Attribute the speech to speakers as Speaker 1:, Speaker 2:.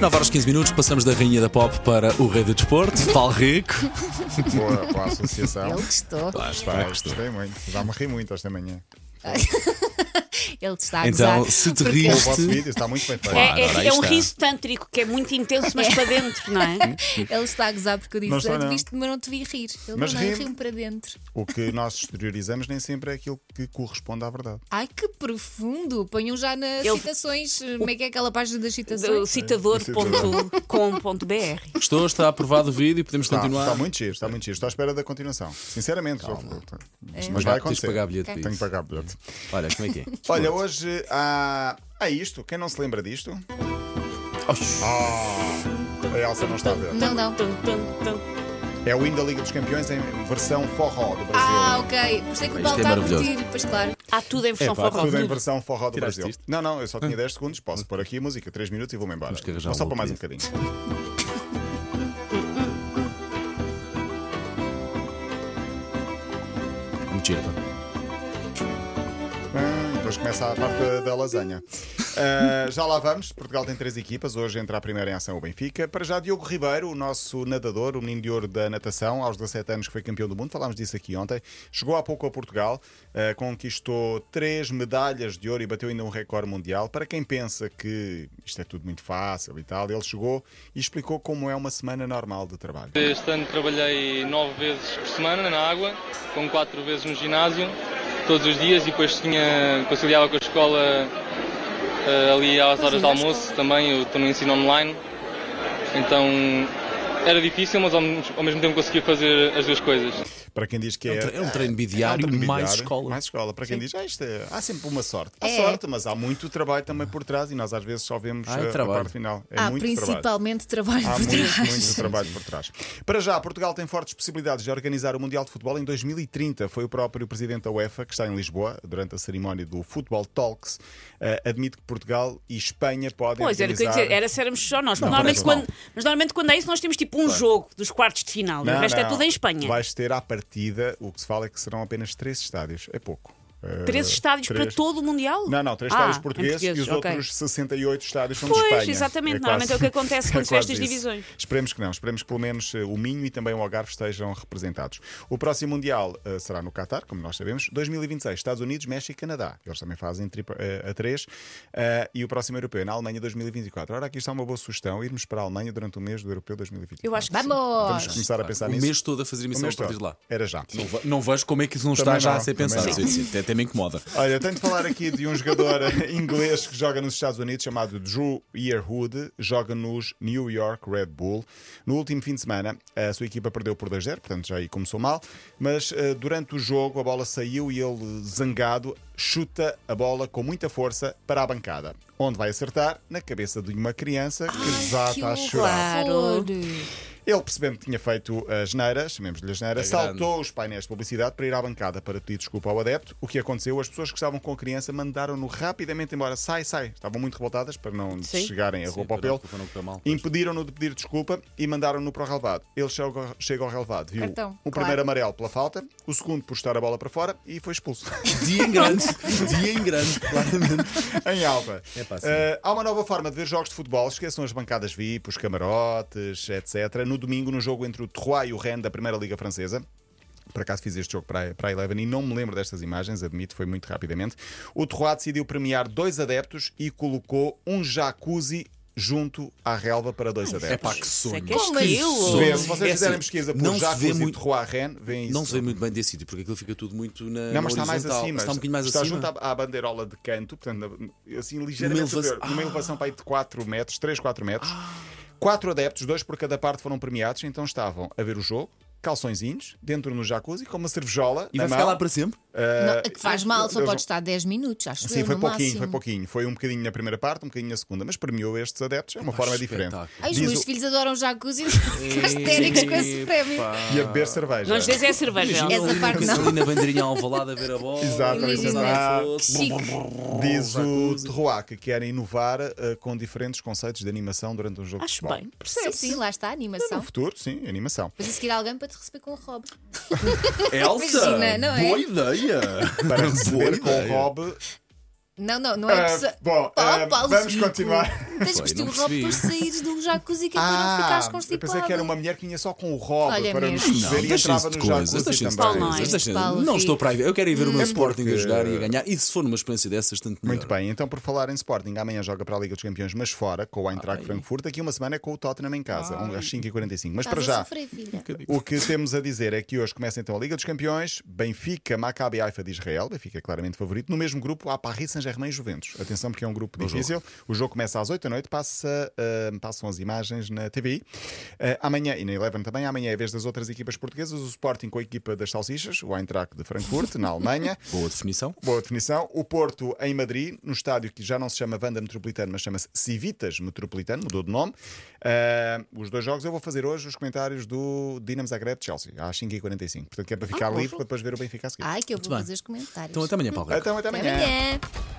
Speaker 1: 9 horas 15 minutos, passamos da rainha da pop para o rei do desporto, Paulo Rico.
Speaker 2: Boa, boa associação.
Speaker 3: Ele
Speaker 1: Então.
Speaker 3: gostou.
Speaker 1: Lá está,
Speaker 2: Pá,
Speaker 1: gostou.
Speaker 2: gostei muito. Já me ri muito esta manhã.
Speaker 3: Ele te está a
Speaker 1: Então,
Speaker 3: gozar.
Speaker 1: se te
Speaker 3: porque-
Speaker 2: O vosso
Speaker 1: riste.
Speaker 2: vídeo está muito bem feito.
Speaker 1: Claro,
Speaker 4: É,
Speaker 1: ora,
Speaker 4: é,
Speaker 1: aí
Speaker 4: é um
Speaker 1: está.
Speaker 4: riso tântrico que é muito intenso, mas para dentro, não é?
Speaker 3: Ele está a gozar porque eu
Speaker 2: Não
Speaker 3: disse:
Speaker 2: estou,
Speaker 3: "Eu
Speaker 2: não.
Speaker 3: viste-me, mas não te vi rir. Ele
Speaker 2: Mas
Speaker 3: não
Speaker 2: ri-me.
Speaker 3: riu-me para dentro.
Speaker 2: O que nós exteriorizamos nem sempre é aquilo que corresponde à verdade.
Speaker 3: Ai, que profundo! Ponham já nas
Speaker 4: Ele-
Speaker 3: citações. Como é que é aquela página das
Speaker 4: Do
Speaker 3: citações?
Speaker 4: citador.com.br.
Speaker 1: Gostou, está aprovado o vídeo, podemos
Speaker 2: Está,
Speaker 1: continuar.
Speaker 2: está muito giro, está muito giro. Estou à espera da continuação. Sinceramente, mas
Speaker 1: Tens
Speaker 2: vai
Speaker 1: de
Speaker 2: acontecer.
Speaker 1: pagar bilhete para
Speaker 2: Tenho que
Speaker 1: isso.
Speaker 2: pagar bilhete.
Speaker 1: Olha, como é que é?
Speaker 2: Olha, hoje há, há isto. Quem não se lembra disto?
Speaker 1: Oh,
Speaker 2: A Elsa não está a ver.
Speaker 3: Não, não.
Speaker 4: Tum, tum, tum.
Speaker 2: É o hino da Liga dos Campeões em versão forró do Brasil.
Speaker 3: Ah, ok. Por isso é que o
Speaker 1: Isto
Speaker 3: Paulo
Speaker 1: é
Speaker 3: está a
Speaker 1: maravilhoso.
Speaker 3: curtir. Pois claro.
Speaker 4: Há tudo em versão
Speaker 1: É pá,
Speaker 4: forró.
Speaker 2: Tudo em
Speaker 4: tudo.
Speaker 2: versão forró do
Speaker 1: Tiraste
Speaker 2: Brasil.
Speaker 1: isto? Ah.
Speaker 2: Não, não, eu só tinha 10 segundos. Posso pôr aqui a música, 3 minutos e vou-me embora.
Speaker 1: Temos que arranjar
Speaker 2: Vou só
Speaker 1: um
Speaker 2: para mais um
Speaker 1: outro
Speaker 2: bocadinho.
Speaker 1: mentira. pá.
Speaker 2: Ah, Depois começa a parte da, da lasanha. Ah, já lá vamos. Portugal tem três equipas. Hoje entra a primeira em ação o Benfica. Para já, Diogo Ribeiro, o nosso nadador, o menino de ouro da natação, aos 17 anos que foi campeão do mundo. Falámos disso aqui ontem. Chegou há pouco a Portugal, ah, conquistou três medalhas de ouro e bateu ainda um recorde mundial. Para quem pensa que isto é tudo muito fácil e tal, ele chegou e explicou como é uma semana normal de trabalho.
Speaker 5: Este ano trabalhei nove vezes por semana na água, com quatro vezes no ginásio, todos os dias, e depois tinha, conciliava com a escola eh, ali às horas de almoço também, eu estou no ensino online, então era difícil, mas ao, mes- ao mesmo tempo conseguia fazer as duas coisas.
Speaker 2: Para quem diz que
Speaker 1: É um
Speaker 2: é.
Speaker 1: tre- é um treino
Speaker 2: É
Speaker 1: bidiário,
Speaker 2: um treino
Speaker 1: mais
Speaker 2: bidiário,
Speaker 1: escola.
Speaker 2: Mais escola. Para quem diz, ah, isto é- há sempre uma sorte. Há
Speaker 3: É.
Speaker 2: sorte, mas há muito trabalho também por trás e nós às vezes só vemos
Speaker 1: Ai,
Speaker 2: eh, a
Speaker 1: Ah, trabalho.
Speaker 2: parte final. É
Speaker 3: Há
Speaker 2: muito trabalho.
Speaker 3: Ah, principalmente trabalho,
Speaker 2: Há
Speaker 3: por
Speaker 2: muito,
Speaker 3: trás.
Speaker 2: muito trabalho por trás. Para já, Portugal tem fortes possibilidades de organizar o Mundial de Futebol em 2030. Foi o próprio presidente da UEFA, que está em Lisboa, durante a cerimónia do Futebol Talks, eh, admite que Portugal e Espanha podem
Speaker 4: Pois, era o que eu ia
Speaker 2: organizar...
Speaker 4: dizer, era se éramos só nós.
Speaker 2: Não,
Speaker 4: normalmente
Speaker 2: parece
Speaker 4: quando,
Speaker 2: mal.
Speaker 4: mas normalmente quando é isso, nós temos tipo um jogo dos quartos de final. e o
Speaker 2: Não,
Speaker 4: resto é
Speaker 2: não.
Speaker 4: tudo em Espanha.
Speaker 2: Vais ter à partida, o que se fala é que serão apenas três estádios. É pouco. Eh,
Speaker 4: Três estádios para
Speaker 2: três.
Speaker 4: todo o Mundial?
Speaker 2: Não, não, três
Speaker 4: Ah,
Speaker 2: estádios
Speaker 4: em
Speaker 2: portugueses, e os
Speaker 4: ok.
Speaker 2: outros 68 estádios são de
Speaker 4: Pois,
Speaker 2: Espanha.
Speaker 4: exatamente, normalmente é o que acontece quando se
Speaker 2: quase
Speaker 4: faz estas
Speaker 2: isso.
Speaker 4: divisões.
Speaker 2: Esperemos que não, esperemos que pelo menos eh, o Minho e também o Algarve estejam representados. O próximo Mundial eh, será no Qatar, como nós sabemos, 2026, Estados Unidos, México e Canadá. Eles também fazem tripa- eh, a três. Eh, e o próximo europeu é na Alemanha 2024. Ora, aqui está uma boa sugestão, irmos para a Alemanha durante o mês do europeu 2024.
Speaker 4: Eu acho que sim.
Speaker 2: Vamos
Speaker 3: Vamos!
Speaker 2: começar a pensar
Speaker 1: O
Speaker 2: nisso.
Speaker 1: mês todo a fazer
Speaker 2: O
Speaker 1: emissão a
Speaker 2: mês
Speaker 1: partir
Speaker 2: todo.
Speaker 1: de lá.
Speaker 2: Era já.
Speaker 1: Não, ve- não vejo como é que isso não está
Speaker 2: Também
Speaker 1: já
Speaker 2: não,
Speaker 1: a ser
Speaker 2: também
Speaker 1: pensado.
Speaker 2: não.
Speaker 1: Sim, sim, até, até me incomoda.
Speaker 2: Olha, tenho de falar aqui de um jogador inglês que joga nos Estados Unidos chamado Drew Yearwood, joga nos New York Red Bull. No último fim de semana, a sua equipa perdeu por 2-0, portanto já aí começou mal, mas eh, durante o jogo a bola saiu e ele, zangado, chuta a bola com muita força para a bancada, onde vai acertar na cabeça de uma criança que
Speaker 3: Que
Speaker 2: desata tá a chorar.
Speaker 3: horror!
Speaker 2: Ele, percebendo que tinha feito a geneira, chamemos-lhe a
Speaker 1: É
Speaker 2: geneira, saltou os painéis de publicidade para ir à bancada para pedir desculpa ao adepto. O que aconteceu? As pessoas que estavam com a criança mandaram-no rapidamente embora. Sai, sai. Estavam muito revoltadas para não
Speaker 4: Sim.
Speaker 2: chegarem a
Speaker 1: Sim,
Speaker 2: roupa ao
Speaker 1: para
Speaker 2: pelo.
Speaker 1: não- para não correr mal, pois.
Speaker 2: Impediram-no de pedir desculpa e mandaram-no para o relevado. Ele chega ao, chega ao relevado, viu
Speaker 3: Cartão,
Speaker 2: o
Speaker 3: claro.
Speaker 2: primeiro amarelo pela falta, o segundo por estar a bola para fora e foi expulso.
Speaker 1: Dia em grande, dia em grande, claramente.
Speaker 2: em alta.
Speaker 1: É pá, sim.
Speaker 2: Eh, há uma nova forma de ver jogos de futebol. Esqueçam as bancadas VIP, os camarotes, etc. No domingo, no jogo entre o Troyes e o Rennes da Primeira Liga Francesa. Por acaso fiz este jogo para a, para a Eleven e não me lembro destas imagens, admito, foi muito rapidamente. O Troyes decidiu premiar dois adeptos e colocou um jacuzzi junto à relva para dois
Speaker 1: É
Speaker 2: adeptos.
Speaker 1: pá, que
Speaker 4: Isso é
Speaker 1: sonho.
Speaker 4: que é
Speaker 3: Como
Speaker 4: esquilo.
Speaker 2: Se vê- se vocês
Speaker 1: É
Speaker 2: fizerem
Speaker 1: assim,
Speaker 2: pesquisa por
Speaker 1: não se
Speaker 2: jacuzzi
Speaker 1: vê muito-
Speaker 2: Troyes-Rennes, vêem isso.
Speaker 1: Não se vê muito bem desse sítio, porque aquilo fica tudo muito na.
Speaker 2: Não, mas
Speaker 1: na
Speaker 2: está mais
Speaker 1: horizontal.
Speaker 2: acima.
Speaker 1: Está um bocadinho mais
Speaker 2: está
Speaker 1: acima.
Speaker 2: junto à, à bandeirola de canto, portanto, assim,
Speaker 1: Numa
Speaker 2: ligeiramente
Speaker 1: eleva-
Speaker 2: superior. Numa elevação para aí de 4 metros, 3, 4 metros.
Speaker 1: Ah.
Speaker 2: Quatro adeptos, dois por cada parte foram premiados, então estavam a ver o jogo, calçõezinhos, dentro no jacuzzi, com uma cervejola.
Speaker 1: E
Speaker 2: na
Speaker 1: vai ficar
Speaker 2: mão.
Speaker 1: lá para sempre?
Speaker 3: Não, que faz mal, só
Speaker 2: Eh, eu-
Speaker 3: pode estar 10 minutos, acho
Speaker 2: Sim,
Speaker 3: eu,
Speaker 2: foi
Speaker 3: no
Speaker 2: pouquinho,
Speaker 3: máximo.
Speaker 2: foi pouquinho. Foi um bocadinho na primeira parte, um bocadinho na segunda, mas premiou estes adeptos, é uma forma diferente.
Speaker 1: espetáculo.
Speaker 3: Ai, os
Speaker 2: Diz
Speaker 3: meus
Speaker 2: o- Eh,
Speaker 3: filhos adoram jacuzzi e ficam histéricos com esse prémio.
Speaker 2: E a beber cerveja.
Speaker 4: Não lhes dês é a cerveja.
Speaker 3: Essa
Speaker 1: Imagina
Speaker 3: parte
Speaker 1: eles
Speaker 3: não.
Speaker 1: Ali na bandeirinha alvalada a ver a bola.
Speaker 2: Exato,
Speaker 1: a
Speaker 3: imagina.
Speaker 1: usar a
Speaker 2: Ah,
Speaker 1: foto.
Speaker 3: Chique.
Speaker 2: Diz o
Speaker 1: Jacuzzi.
Speaker 2: Terroir que querem inovar eh, com diferentes conceitos de animação durante um jogo de
Speaker 4: Acho
Speaker 2: futebol.
Speaker 4: bem.
Speaker 3: Sim, sim, lá está a
Speaker 2: No
Speaker 3: animação.
Speaker 2: futuro, sim, animação.
Speaker 3: Depois a seguir alguém para te receber com o Rob.
Speaker 1: Elsa!
Speaker 3: Imagina, não é?
Speaker 1: Boa ideia!
Speaker 2: para
Speaker 1: Boa
Speaker 2: receber com o
Speaker 1: ideia.
Speaker 2: Rob
Speaker 3: Não, não, não é
Speaker 2: Ah,
Speaker 3: preciso.
Speaker 2: bom, ah,
Speaker 3: Paulo
Speaker 2: vamos
Speaker 3: Zico.
Speaker 2: continuar.
Speaker 1: Foi,
Speaker 3: Tens que vestir
Speaker 1: não
Speaker 3: o robe
Speaker 1: percebi.
Speaker 3: depois saíres do jacuzzi que é para não
Speaker 2: Ah,
Speaker 3: ficares
Speaker 2: eu
Speaker 3: constipado.
Speaker 2: pensei que era uma mulher que vinha só com o robe
Speaker 3: Olha,
Speaker 2: para nos
Speaker 3: mesmo. Não,
Speaker 2: perceber e
Speaker 1: deixem-se
Speaker 2: entrava
Speaker 1: de
Speaker 2: no
Speaker 1: coisas,
Speaker 2: jacuzzi
Speaker 1: deixem-se de
Speaker 2: também.
Speaker 4: Paulo, não é?
Speaker 1: coisas, deixem-se de-
Speaker 3: Paulo,
Speaker 1: Não
Speaker 3: Rui.
Speaker 1: estou para aí. Eu quero ir ver o meu
Speaker 2: É
Speaker 1: Sporting a
Speaker 2: porque-
Speaker 1: jogar e a ganhar. E se for uma experiência dessas, tanto melhor.
Speaker 2: Muito bem, então por falar em Sporting, amanhã joga para a Liga dos Campeões, mas fora, com o Eintracht
Speaker 1: Ai.
Speaker 2: Frankfurt, daqui uma semana é com o Tottenham em casa, um às 5h45. Mas
Speaker 3: Estás
Speaker 2: para
Speaker 3: a
Speaker 2: já,
Speaker 3: sofrer,
Speaker 1: Um
Speaker 3: filha.
Speaker 2: o que temos a dizer é que hoje começa então a Liga dos Campeões, Benfica, Maccabi Haifa de Israel, Benfica é claramente favorito. No mesmo grupo há Paris Saint-Germain e Juventus. Atenção porque é um grupo difícil. O jogo começa às 8 da noite, passa, ah, passam as imagens na TVI. Ah, amanhã, e na Eleven também, amanhã é a vez das outras equipas portuguesas, o Sporting com a equipa das salsichas, o Eintracht de Frankfurt, na Alemanha.
Speaker 1: Boa definição.
Speaker 2: Boa definição. O Porto em Madrid, no estádio que já não se chama Vanda Metropolitano, mas chama-se Civitas Metropolitano, mudou de nome. Ah, os dois jogos eu vou fazer hoje os comentários do Dinamo Zagreb de Chelsea, às 5h45.
Speaker 1: Ah,
Speaker 2: Portanto, que é para ficar livre para depois ver o Benfica a seguir.
Speaker 3: Ai, que eu vou
Speaker 1: bem.
Speaker 3: fazer os comentários.
Speaker 1: Então Ah, até amanhã, Paulo. Rico.
Speaker 2: Então, até
Speaker 3: Até
Speaker 2: amanhã.
Speaker 3: amanhã.